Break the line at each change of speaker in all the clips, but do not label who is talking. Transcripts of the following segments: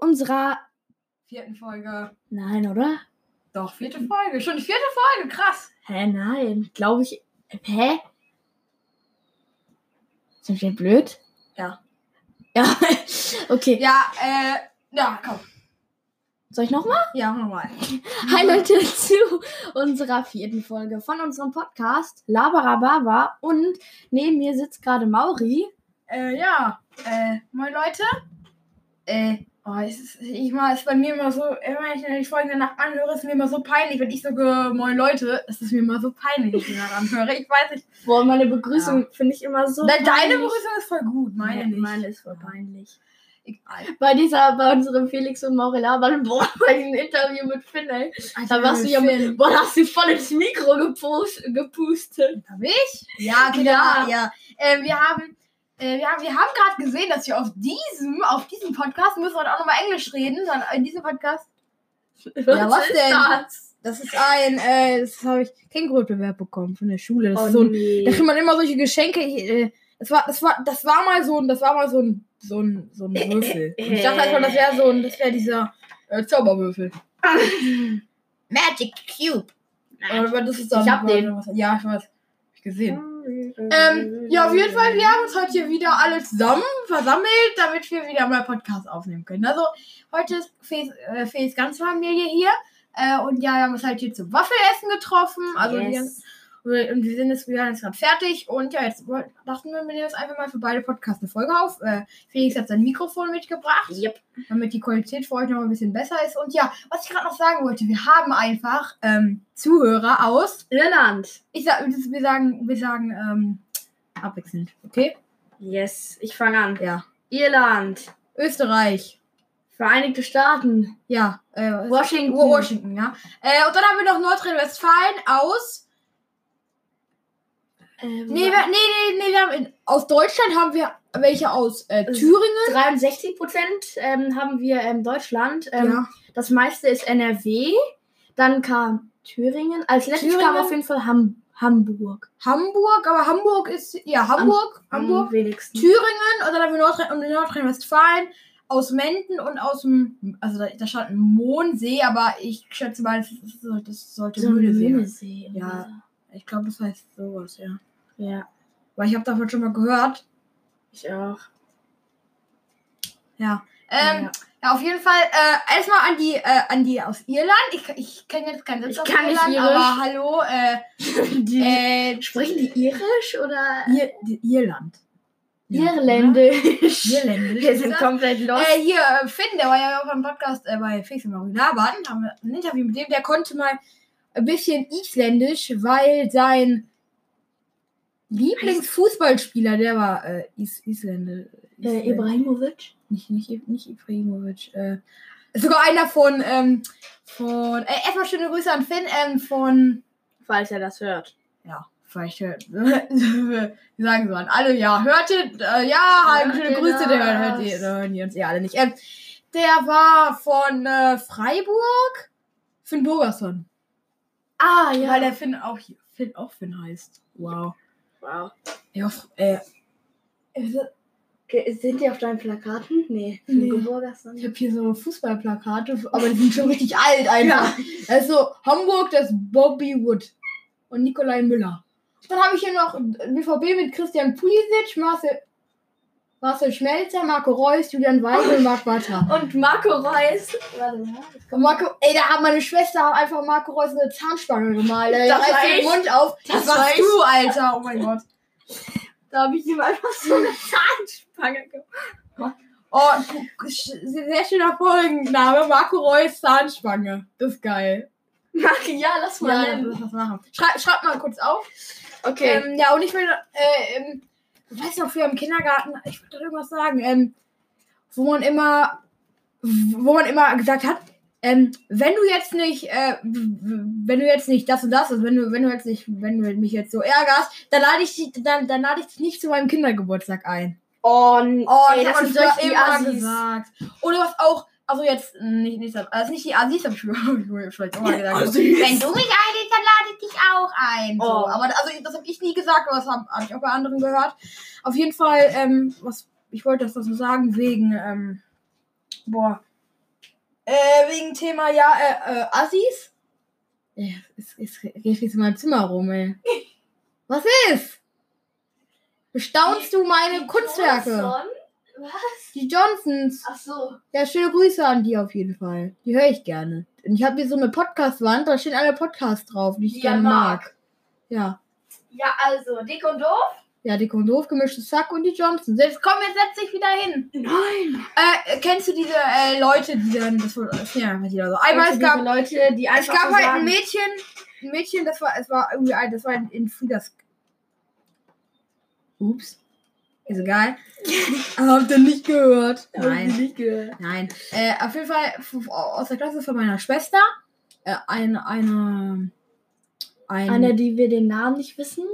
unserer.
Vierten Folge.
Nein, oder?
Doch, vierte Folge. Schon die vierte Folge. Krass.
Hä, nein. Glaube ich. Hä? Sind wir blöd?
Ja.
Ja, okay.
Ja, äh, ja, komm.
Soll ich nochmal?
Ja, nochmal. Mhm.
Hi Leute zu unserer vierten Folge von unserem Podcast Labarababa. Und neben mir sitzt gerade Mauri.
Äh, ja. Äh, moin Leute. Äh, oh, es ist, ich mal, es ist bei mir immer so, immer wenn ich die Folgen danach anhöre, ist mir immer so peinlich, wenn ich so ge- moin Leute, es ist mir immer so peinlich, wenn ich die danach anhöre. Ich weiß nicht.
Boah, meine Begrüßung finde ich immer so.
De deine
peinlich.
Begrüßung ist voll gut, meine
Ja,
nicht.
Meine ist voll peinlich.
Egal.
Bei dieser, bei unserem Felix und Mauri Labern, boah, bei diesem Interview mit Finn, ey. Da warst du ja mit, boah, da hast du voll ins Mikro gepust, gepustet.
Hab ich? Ja,
Ja.
genau. Ja. Ähm, wir haben, äh, wir haben, wir haben gerade gesehen, dass wir auf diesem, auf diesem Podcast müssen wir heute auch nochmal Englisch reden, sondern in diesem Podcast. Ja, was
ist
denn?
Das?
Das ist ein, äh, das habe ich Känguru-Bewerb bekommen von der Schule. Das
Oh,
ist so ein, da
nee.
kriegt man immer solche Geschenke. Ich, äh, das war, das war, das war mal so ein, das war mal so ein, so ein, so ein Würfel. Und ich dachte erstmal, das wäre so ein, das wäre dieser äh, Zauberwürfel. Magic Cube. Aber das ist dann
Ich hab den.
Ja, ich weiß. Hab ich gesehen. Ähm, ja, auf jeden Fall, wir haben uns heute hier wieder alle zusammen versammelt, damit wir wieder mal Podcast aufnehmen können. Also, heute ist Fees, äh, Fees ganze Familie hier. Äh, und ja, wir haben uns halt hier zum Waffelessen getroffen. Also, die ganzen-
yes.
und wir sind jetzt, wir waren jetzt gerade fertig. Und ja, jetzt woll- dachten wir, wir nehmen jetzt einfach mal für beide Podcasts eine Folge auf. Äh, Felix hat sein Mikrofon mitgebracht,
Yep.
damit die Qualität für euch noch ein bisschen besser ist. Und ja, was ich gerade noch sagen wollte, wir haben einfach ähm, Zuhörer aus
Irland.
ich sag, wir sagen, wir sagen, ähm, abwechselnd, okay?
Yes, ich fange an.
Ja.
Irland.
Österreich.
Vereinigte Staaten.
Ja. Äh, was-
Washington.
Wa- Washington, ja. Äh, und dann haben wir noch Nordrhein-Westfalen aus.
Äh,
Nee, wir, nee, nee, nee, wir haben in, aus Deutschland haben wir welche aus äh,
Also,
Thüringen.
63 Prozent ähm, haben wir ähm, Deutschland. Ähm,
ja.
Das meiste ist NRW. Dann kam Thüringen. Als letztes kam
Thüringen.
auf jeden Fall Ham Hamburg.
Hamburg, aber Hamburg ist, ja, Hamburg, Hamburg.
Am mhm. wenigsten.
Thüringen und dann haben wir Nordrhein und in Nordrhein-Westfalen aus Menden und aus dem, also da, da stand ein Mohnsee, aber ich schätze mal, das, das, das sollte
So ein
Mühlesee sein.
Mühlesee.
Ja. Ich glaube, das heißt sowas, ja.
Ja,
Weil ich habe davon schon mal gehört.
ich auch.
Ja. Ähm, ja.
ja.
auf jeden Fall äh, erstmal an die äh, an die aus Irland. Ich, ich kenne jetzt keinen Satz
Ich
aus
kann nicht
Irland,
Irisch.
aber hallo. Äh,
Die,
äh,
sprechen die Irisch oder
Ir die Irland.
Irländisch?
Ja, oder? Irländisch.
Wir
ist
sind
das.
komplett lost.
äh, hier, äh, Finn, der war ja auch beim Podcast äh, bei Fix und Labern, haben wir ein Interview mit dem, der konnte mal ein bisschen Isländisch, weil sein Lieblingsfußballspieler, der war äh, Is Isländer.
Äh, Ibrahimovic?
Nicht, nicht, nicht Ibrahimovic. Äh, sogar einer von, ähm, von, äh, erstmal schöne Grüße an Finn, ähm, von,
Falls er das hört.
ja, vielleicht hört, wir sagen so an alle, ja, hört ihr, äh, ja, halt,
Hört
schöne
ihr
Grüße, der
das?
hört ihr, da hören die uns ja alle nicht. Ähm, der war von, äh, Freiburg, Finn Burgerson.
Ah,
Weil der Finn auch hier, Finn auch Finn heißt. Wow.
Wow.
Ja, f- äh, ich
Ge- Sind die auf deinen Plakaten? Nee.
Nee.
Geburtstag.
habe hier so Fußballplakate, aber die sind schon richtig alt einfach. Also Hamburg, das Bobby Wood und Nikolai Müller. Dann habe ich hier noch BVB mit Christian Pulisic, Marcel, Marcel Schmelzer, Marco Reus, Julian Weigel, Marc Bartra.
Und Marco Reus. Warte mal. das
Und
kommt-
Marco, ey, da hat meine Schwester hat einfach Marco Reus eine Zahnspange gemalt. Ey,
Das
reiß
war
dir den
ich.
Mund auf.
Das
warst
war ich.
du, Alter. Oh mein Gott.
Da habe ich ihm einfach so eine Zahnspange gemacht.
Oh, gu- sch- sehr schöner Folgenname. Marco Reus Zahnspange. Das ist geil.
Marco, ja, lass mal
Ja,
nennen.
lass das machen. Schrei, schreibt mal kurz auf.
Okay.
Ähm, ja, und ich will, äh, ähm, ich weiß noch, früher im Kindergarten, ich wollte doch irgendwas sagen, ähm, wo man immer, wo man immer gesagt hat, ähm, wenn du jetzt nicht, äh, w- w- wenn du jetzt nicht das und das, also wenn du, wenn du jetzt nicht, wenn du mich jetzt so ärgerst, dann lade ich dich, dann, dann lade ich dich nicht zu meinem Kindergeburtstag ein.
Und
Oh,
ey, das
hat
sind
man
solche
früher immer
Assis.
gesagt. Oder was auch, also jetzt, äh, nicht, nicht, also nicht die Assis, hab ich früher vielleicht auch mal gesagt. Wenn du mich einlädst, dann lade ich dich auch ein. So.
Oh.
Aber also, das habe ich nie gesagt, aber das habe hab ich auch bei anderen gehört. Auf jeden Fall, ähm, was, ich wollte das noch so sagen, wegen, ähm, boah, Äh, wegen Thema, ja, äh, äh Assis. Ja, es, es riecht jetzt in meinem Zimmer rum, ey. Was ist? Bestaunst du meine Kunstwerke?
Johnson? Was?
Die Johnsons.
Ach so.
Ja, schöne Grüße an die auf jeden Fall. Die höre ich gerne. Und ich habe hier so eine Podcast-Wand, da stehen alle Podcasts drauf, die ich
Die er
gerne mag.
mag.
Ja.
Ja, also, dick und doof?
Ja, Dick und Doof, gemischtes Sack und die Johnsons. Jetzt komm, jetzt setz dich wieder hin.
Nein.
Äh, kennst du diese äh, Leute, die dann das Foto ja, weiß ich oder so. Einmal es gab,
Leute, die
es
einfach
gab
so
halt ein
sagen,
Mädchen, ein Mädchen, das war, es war irgendwie ein, das war in, in Frieders. Ups. Ist egal. Habt ihr nicht gehört? Nein.
Nein.
Nein. Äh, auf jeden Fall f- aus der Klasse von meiner Schwester. Äh, ein, eine. Ein,
Einer, die wir den Namen nicht wissen.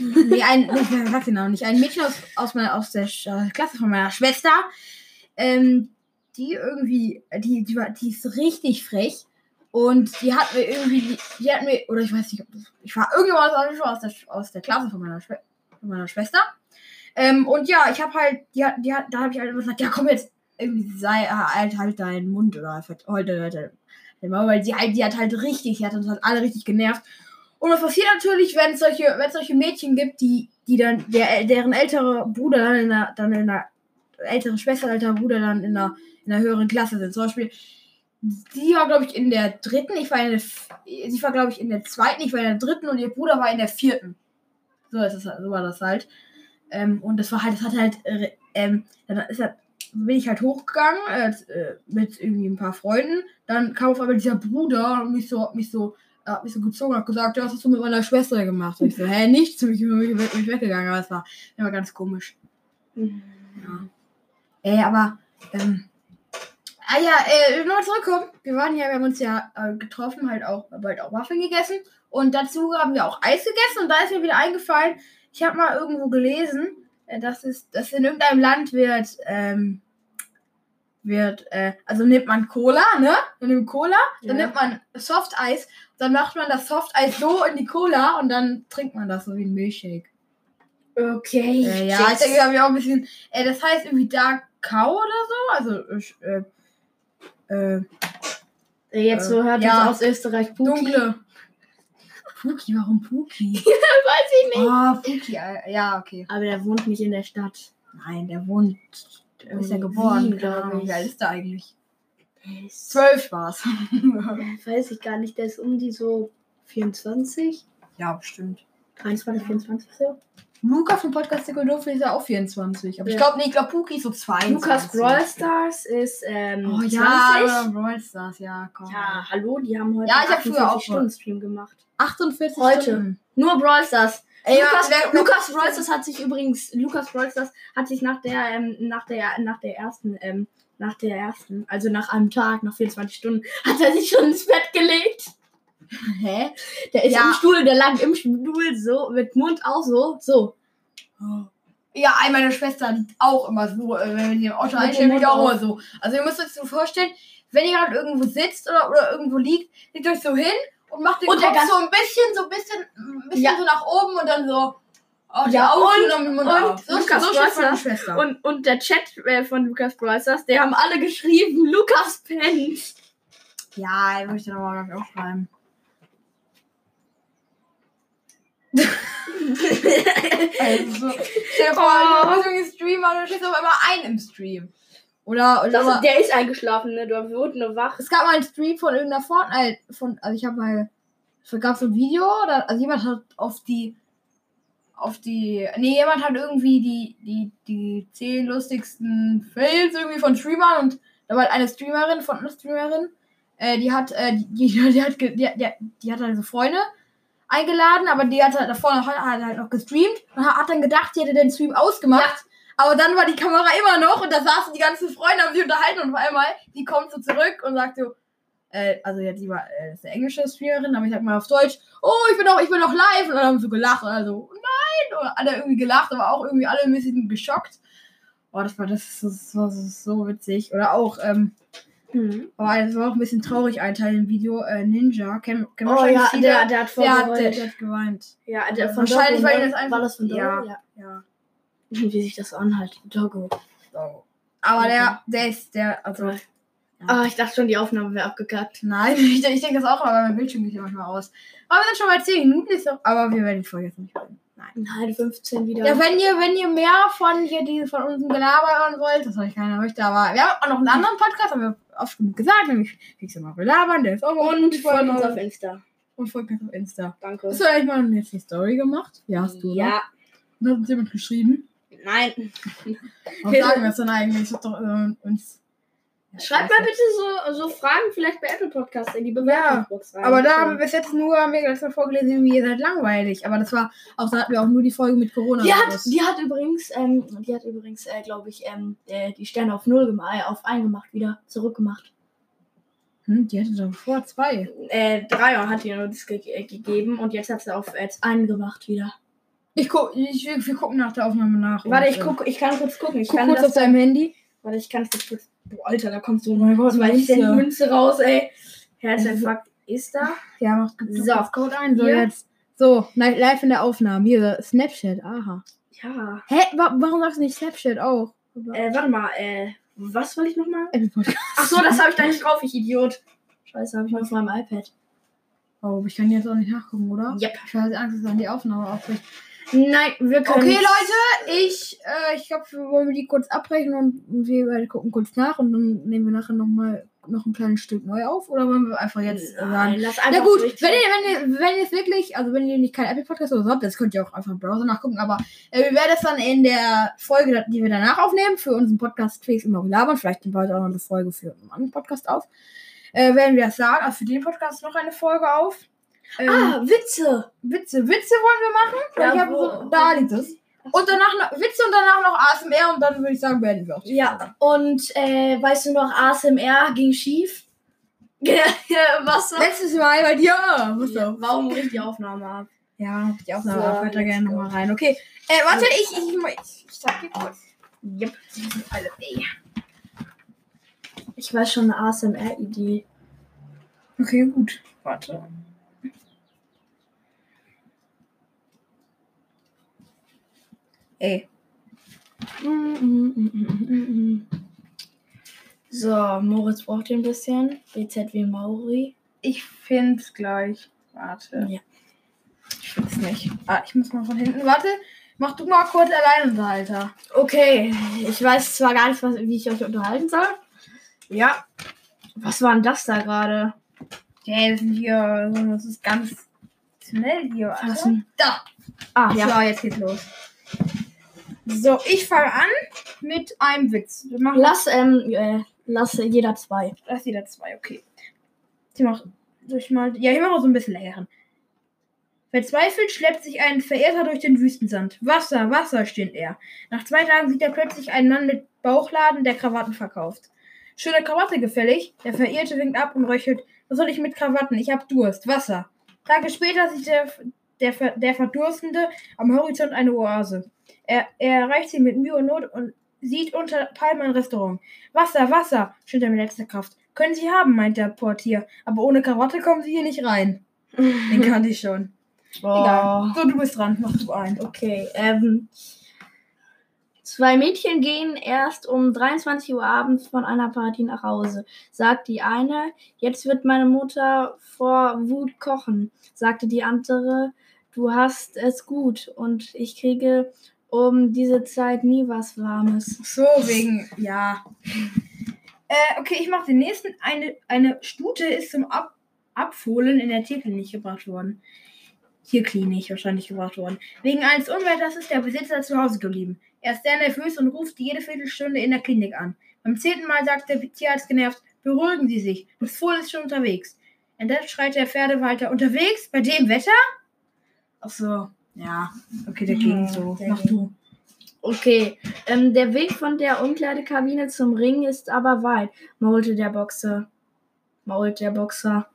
nee, ein, ich sag den Namen nicht. Ein Mädchen aus, aus, meiner, aus der Sch- Klasse von meiner Schwester. Ähm, die irgendwie. Die, die, war, die ist richtig frech. Und die hat mir irgendwie. Die, die hat mir. Oder ich weiß nicht, ob das. Ich war irgendjemand aus, auf jeden Fall aus, der, Sch- aus der Klasse von meiner, Schwe von meiner Schwester. Ähm, und ja, ich habe halt. Die hat, die hat, da habe ich halt immer gesagt: Ja, komm jetzt. Irgendwie sei äh, halt, halt deinen Mund oder halt, halt, halt, halt den Maul, weil die, halt- die hat halt richtig, die hat uns halt alle richtig genervt. Und was passiert natürlich, wenn es solche, wenn es solche Mädchen gibt, die, die dann, der, deren älterer Bruder dann in der, dann in der ältere Schwester, älterer Bruder dann in der, in der höheren Klasse sind. Zum Beispiel, die war, glaube ich, in der dritten, ich war in der, f- sie war, glaube ich, in der zweiten, ich war in der dritten und ihr Bruder war in der vierten. So ist es, halt- so war das halt. Ähm, und das war halt, das hat halt, äh, ähm, dann ist halt, bin ich halt hochgegangen äh, äh, mit irgendwie ein paar Freunden. Dann kam auf einmal dieser Bruder und mich so, hat mich so, er hat mich so gezogen, hat gesagt, ja, was hast du mit meiner Schwester gemacht? Und ich so, hä, nichts, ich bin mich, weg- mich weggegangen, aber es war immer ganz komisch.
Mhm.
Ja. Ey, aber, ähm, ah ja, äh, nochmal zurückkommen. Wir waren ja, wir haben uns ja äh, getroffen, halt auch, haben halt auch Waffeln gegessen. Und dazu haben wir auch Eis gegessen. Und da ist mir wieder eingefallen, ich habe mal irgendwo gelesen, äh, dass es, dass in irgendeinem Land wird, ähm, wird, äh, also nimmt man Cola, ne? Man nimmt Cola, dann nimmt man Softeis, dann macht man das Softeis so in die Cola und dann trinkt man das so wie ein Milchshake.
Okay.
Äh, ja, ich
check's.
denke, da habe ich auch ein bisschen. Äh, das heißt irgendwie Dark Cow oder so. Also ich, äh, äh,
Äh, Jetzt so hört
Ja.
uns aus Österreich Puki.
dunkle. Puki, warum Puki?
Weiß ich nicht.
Ah, Puki, äh, ja, okay.
Aber der wohnt nicht in der Stadt.
Nein, der wohnt. Wo ist er
In
geboren?
Wien, glaub
Keine Ahnung,
ich.
Wie alt ist der eigentlich?
Der ist-
Zwölf war's.
Äh, Weiß ich gar nicht. Der ist um die so 24.
ja, bestimmt.
23, 24 so.
Luca vom Podcast Sekundofen ist ja auch 24. Aber ich
Ja.
glaube, nee, ich glaube, Puki ist so 22.
Lukas Rollstars ist ähm,
Oh ja,
20.
Brawl Stars, ja, komm.
Ja, hallo, die haben heute
Ja, ich hab früher auch
Stunden Stream gemacht.
48
Heute.
Stunden.
Nur Brawl Stars.
Ey,
Lukas,
wer- wer-
Lukas Brawl Stars hat sich übrigens, Lukas Brawl Stars hat sich nach der, ähm, nach der, nach der ersten, ähm, nach der ersten, also nach einem Tag, nach 24 Stunden, hat er sich schon ins Bett gelegt.
Hä?
Der ist
Ja.
im Stuhl, der lag im Stuhl so, mit Mund auch so, so.
Ja, ey, meine Schwester liegt auch immer so, äh, wenn wir im Auto
Mit dem
einstellen, liegt
Mund
auch
auf.
immer so. Also ihr müsst euch so vorstellen, wenn ihr gerade irgendwo sitzt oder, oder irgendwo liegt, legt euch so hin und macht den
Und der
Kopf
Gast-
so ein bisschen, so ein bisschen, ein bisschen
Ja.
so nach oben und dann so. Oh,
Ja, und-
und,
und
So,
Lukas
so steht meine
Schwarzer.
Schwester.
Und, und der Chat äh, von Lukas Brawl Stars, die haben alle geschrieben, Lukas pennt.
ja, ich möchte nochmal ganz aufschreiben. Also, so, stell dir vor,
Oh.
du bist irgendwie Streamer und du stehst auf einmal ein im Stream. Oder, oder
Das, der ist eingeschlafen, ne? Du wurde nur wach.
Es gab mal einen Stream von irgendeiner Fortnite. Von, also ich habe mal. Es gab so ein Video, da, also jemand hat auf die. Auf die. Nee, jemand hat irgendwie die, die, die zehn lustigsten Fails irgendwie von Streamern und da war halt eine Streamerin von einer Streamerin. Äh, die hat, äh, die, die, die hat, ge- die, die, die hat halt so Freunde eingeladen, aber die hat halt davor noch, hat halt noch gestreamt und hat dann gedacht, die hätte den Stream ausgemacht. Aber dann war die Kamera immer noch und da saßen die ganzen Freunde, haben sich unterhalten und auf einmal, die kommt so zurück und sagt so, äh, also jetzt die war, äh, das ist eine englische Streamerin, aber ich sag mal auf Deutsch, oh, ich bin noch, ich bin noch live und dann haben sie so gelacht oder so, oh nein, oder alle irgendwie gelacht, aber auch irgendwie alle ein bisschen geschockt. Boah, das war, das, ist, das war so witzig. Oder auch, ähm,
Mhm.
Oh, das war auch ein bisschen traurig, ein Teil im Video. Äh, Ninja, kennt kenn
Oh ja,
viele.
der, der hat voll
ja, der,
geheult.
der hat geweint.
Ja, der von
Wahrscheinlich,
Doggo,
weil
ne?
das einfach-
War das von Doggo?
Ja.
ja.
Ja.
Wie sich das anhält. Doggo. Mhm.
So. Aber der, der ist, der, also,
Also,
ja,
Ah, ich dachte schon, die Aufnahme wäre abgekackt.
Nein, ich, ich denke das auch, aber mein Bildschirm geht ja manchmal aus. Aber wir sind schon bei 10 Minuten, ist doch, aber wir werden die Folge jetzt nicht beenden. Nein.
Nein, 15 wieder.
Ja, wenn ihr, wenn ihr mehr von hier diese von unserem Gelaber hören wollt, das habe ich keiner möchte, aber wir haben auch noch einen anderen Podcast, haben wir oft genug gesagt, nämlich Fix mal belabern, der ist auch
und von uns auf
unserem
Insta.
und folgt uns auf Insta.
Danke.
Hast du eigentlich mal eine Netflix Story gemacht? Ja, hast du.
ja.
Ne? Und hat uns jemand geschrieben.
Nein.
Was sagen wir es dann eigentlich? Das hat doch ähm, uns.
Schreibt mal bitte so, so Fragen vielleicht bei Apple Podcasts in die Bewertungsbox rein.
Aber da haben wir bis jetzt nur, haben wir letztes Mal vorgelesen, wie ihr seid langweilig. Aber das war auch, da hatten wir auch nur die Folge mit Corona.
Die hat, die hat übrigens, ähm, die hat übrigens, äh, glaube ich, ähm, äh, die Sterne auf null gemacht, äh, auf ein gemacht, wieder zurückgemacht.
hm, die hatte doch vor zwei.
Äh, Dreier hat ihr uns ge äh, gegeben und jetzt hat sie auf äh, einen gemacht wieder.
Ich guck, ich, wir wir gucken nach der Aufnahme nach.
Warte, ich
Und, äh,
guck, ich kann kurz gucken. Ich
guck
kann
kurz
das,
auf deinem Handy.
warte, ich kann es jetzt kurz.
Oh,
Boah, Alter, da kommt so
mein Gott,
eine 20 Cent Münze raus, ey.
Also-
Herzinfarkt ist da.
Ja, macht gut.
So.
So, Code ein. So,
Ja.
jetzt. So, li- live in der Aufnahme. Hier, Snapchat, aha.
Ja.
Hä, wa warum sagst du nicht Snapchat auch?
Äh, warte mal, äh, was wollte ich nochmal?
Apple Podcast.
Ach so, das habe ich da nicht drauf, ich Idiot. Scheiße, habe ich mal auf meinem iPad.
Oh, aber ich kann jetzt auch nicht nachgucken, oder?
Yep.
Ich hatte Angst, dass dann die Aufnahme aufbricht.
Nein, wir können.
Okay, Leute, ich, äh, ich glaube, wir wollen die kurz abbrechen und wir beide gucken kurz nach und dann nehmen wir nachher nochmal noch ein kleines Stück neu auf oder wollen wir einfach jetzt sagen.
Nein, lass
Na
einfach
gut,
durch.
wenn ihr, wenn ihr, wenn ihr es wirklich, also wenn ihr nicht kein Apple Podcast oder so habt, das könnt ihr auch einfach im Browser nachgucken, aber äh, wir werden das dann in der Folge, die wir danach aufnehmen, für unseren Podcast Fix immer labern, vielleicht nehmen wir heute auch noch eine Folge für einen anderen Podcast auf, äh, werden wir das sagen, also für den Podcast noch eine Folge auf. Ähm,
Ah, Witze.
Witze, Witze wollen wir machen, weil
Ja,
ich hab
wo-
so, da liegt es. Und danach noch Witze und danach noch ASMR und dann würde ich sagen, beenden wir auch. die Folge.
Ja, und äh, weißt du noch, ASMR ging schief? Was war?
Letztes Mal bei dir. Was
Ja,
ja.
warum bricht die Aufnahme ab?
ja, die Aufnahme
So,
so, hört da
let's
gerne
go.
nochmal rein. Okay. Äh, warte, ich, ich, ich, ich sag dir kurz.
Yep.
Alle, ey.
Ich weiß schon eine ASMR-Idee.
Okay, gut. Warte. Ey.
Mm, mm, mm, mm, mm, mm. So, Moritz braucht ihr ein bisschen. BZW Mauri.
Ich find's gleich. Warte.
Ja.
Ich find's nicht. Ah, ich muss mal von hinten. Warte. Mach du mal kurz alleine, Alter.
Okay, ich weiß zwar gar nicht, was, wie ich euch unterhalten soll. Ja. Was war denn das da gerade?
Ja, das sind hier, das ist ganz schnell hier.
Was war das
Alter.
denn?
Da.
Ah, ja.
So, jetzt geht's los. So, ich fange an mit einem Witz. Wir machen
Lass, ähm, äh, lass jeder zwei.
das wieder zwei, okay. Ich mach durch mal, ja, ich mache so ein bisschen längeren. Verzweifelt schleppt sich ein Verirrter durch den Wüstensand. Wasser, Wasser, stöhnt er. Nach zwei Tagen sieht er plötzlich einen Mann mit Bauchladen, der Krawatten verkauft. Schöne Krawatte gefällig. Der Verirrte winkt ab und röchelt. Was soll ich mit Krawatten? Ich hab Durst. Wasser. Tage später sieht der, der, Ver- der Verdurstende am Horizont eine Oase. Er, er erreicht sie mit Mühe und Not und sieht unter Palmen ein Restaurant. Wasser, Wasser, stöhnt er mit letzter Kraft. Können Sie haben, meint der Portier. Aber ohne Krawatte kommen Sie hier nicht rein. Den kannte ich schon.
Oh.
Egal. So, du bist dran. Mach du ein.
Okay, ähm. Zwei Mädchen gehen erst um 23 Uhr abends von einer Party nach Hause, sagt die eine. Jetzt wird meine Mutter vor Wut kochen, sagte die andere. Du hast es gut und ich kriege um diese Zeit nie was Warmes.
So, wegen, ja. Äh, okay, ich mache den nächsten. Eine, eine Stute ist zum Ab Abfohlen in der Tierklinik gebracht worden. Tierklinik wahrscheinlich gebracht worden. Wegen eines Unwetters ist der Besitzer zu Hause geblieben. Er ist sehr nervös und ruft jede Viertelstunde in der Klinik an. Beim zehnten Mal sagt der Tierarzt genervt, beruhigen Sie sich, das Fohlen ist schon unterwegs. Entsetzt schreit der Pferdeweiter, unterwegs? Bei dem Wetter? Ach so, ja. Okay, der ging
Ja,
so.
der
Mach
ging.
du.
Okay, ähm, der Weg von der Umkleidekabine zum Ring ist aber weit, maulte der Boxer. Mault der Boxer.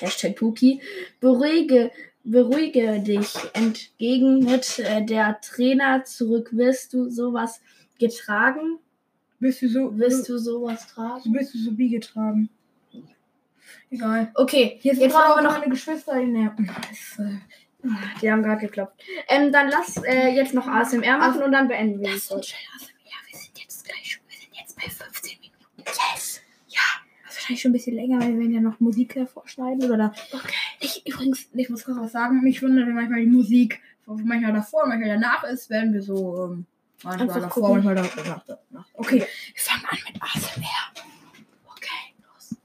Hashtag Puki. Beruhige, beruhige dich, entgegnet äh, der Trainer zurück. Wirst du sowas getragen?
Bist du so?
Wirst du sowas tragen?
So bist du so wie getragen. Egal.
Okay,
Jetzt,
jetzt brauchen wir noch
meine Geschwister in der.
Die haben gerade geklopft. Ähm, dann lass äh, jetzt noch ASMR machen und dann beenden wir das.
schnell aus dem Jahr. Wir sind jetzt gleich schon. Wir sind jetzt bei 15 Minuten. Yes! wahrscheinlich schon ein bisschen länger, weil wir werden ja noch Musik davor schneiden oder da. Okay. Ich übrigens, ich muss kurz was sagen, mich wundert wenn manchmal die Musik, manchmal davor, manchmal danach ist, wenn wir so ähm, manchmal
Einfach
davor,
gucken.
manchmal danach, danach. Okay, wir fangen an mit ASMR. Okay, los.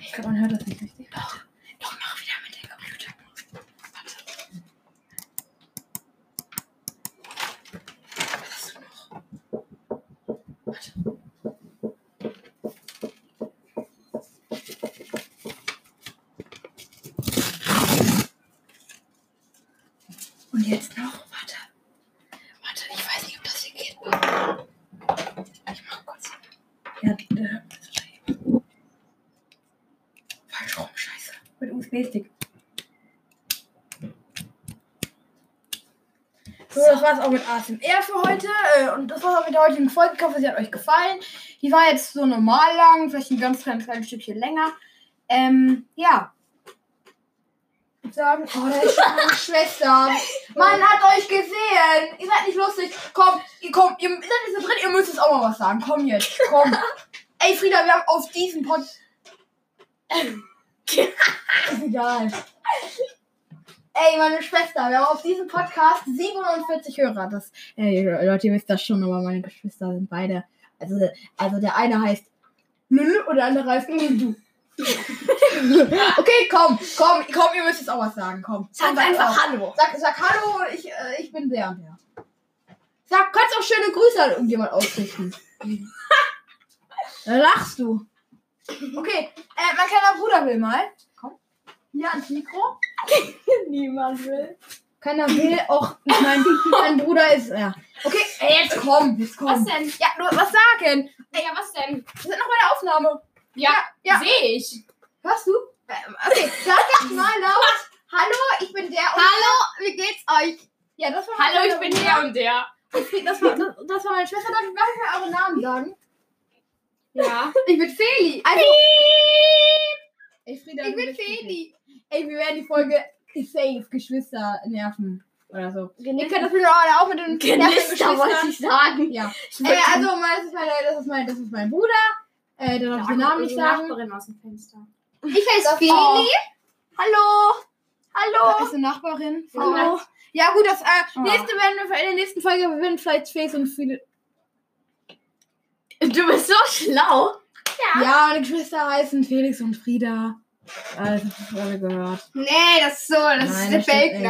Ich glaube, man hört das nicht richtig. Doch, doch, mach wieder mit dem Computer. Warte. Was hast du noch? Und jetzt noch, warte. Warte, ich weiß nicht, ob das hier geht. Ich mach kurz. Ja, äh, falsch rum, scheiße. Mit USB-Stick. So, das war's auch mit ASMR für heute. äh, Und das war's auch mit der heutigen Folge. Ich hoffe, sie hat euch gefallen. Die war jetzt so normal lang, vielleicht ein ganz kleines, kleines Stückchen länger. Ähm, ja. Ich würd Sagen, oh, da ist schon meine Schwester. Man hat euch gesehen. Ihr seid nicht lustig. Komm, ihr kommt, ihr seid nicht so drin, ihr müsst jetzt auch mal was sagen. Komm jetzt, komm. Ey, Frieda, wir haben auf diesen Pod. ist egal. Ey, meine Schwester, wir haben auf diesem Podcast 47 Hörer. Das, ey, Leute, ihr wisst das schon, aber meine Geschwister sind beide. Also, also der eine heißt Lüll und der andere heißt Du. okay, komm, komm, komm, ihr müsst jetzt auch was sagen, komm.
Sag
Komm,
einfach
auch.
Hallo.
Sag, sag Hallo, ich, äh, ich bin der. und der. Sag, kannst auch schöne Grüße an irgendjemand ausrichten. da lachst du. Okay, äh, mein kleiner Bruder will mal. Komm. Hier ans Mikro.
Niemand will.
Keiner will auch. Ich mein, mein Bruder ist. Ja. Okay, ey, jetzt komm, jetzt komm.
Was denn?
Ja, nur was sagen.
Naja, was denn?
Wir sind noch bei der Aufnahme.
Ja,
Ja.
sehe ich.
Hörst du? Ähm, Okay, sag jetzt mal laut. Hallo, ich bin der. Und
Hallo, wie geht's euch?
ja, das war mein
Hallo, ich
kleiner
bin
Bruder.
der und der.
Das war, das, das war meine Schwester. Darf ich darf ich mal euren Namen sagen?
Ja.
Ich bin Feli. Also, Ey, Frieda,
Ich
du
bin
bist
Feli.
Feli. Ey, wir werden die Folge Safe Geschwister nerven. Oder so. Ihr könnt
Genister
das mit auch mit den
Genister wollte ich sagen.
Ja.
Ich
Ey,
wollte-
also, mein- das ist, meine, das, ist mein, das ist mein Bruder. Äh, der darf ich den Namen nicht sagen.
Nachbarin aus dem Fenster.
Ich heiße
Feli.
Hallo. Hallo. Da ist eine Nachbarin.
Hallo.
Hallo. Ja, gut, das äh,
Ah.
Oh.
nächste werden wir in der nächsten Folge wir werden vielleicht Face und Friede.
Du bist so schlau.
Ja.
Ja, meine Geschwister heißen Felix und Frieda. Also, das haben wir gehört.
Nee, das ist so, das
Nein, das stimmt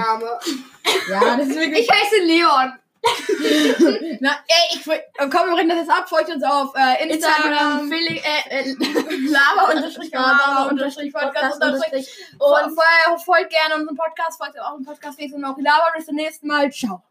Ja, das ist wirklich.
Ich heiße Leon.
Na, ey, ich, will- komm, wir reden das jetzt ab. Folgt uns auf äh, Instagram.
Felix, äh, äh,
Lava
unterstrich, Lava
unterstrich, Podcast
Podcast
unterstrich.
unterstrich.
Und vorher folgt gerne unseren Podcast, folgt auch unseren Podcast, wir sind auch Lava. Bis zum nächsten Mal. Ciao.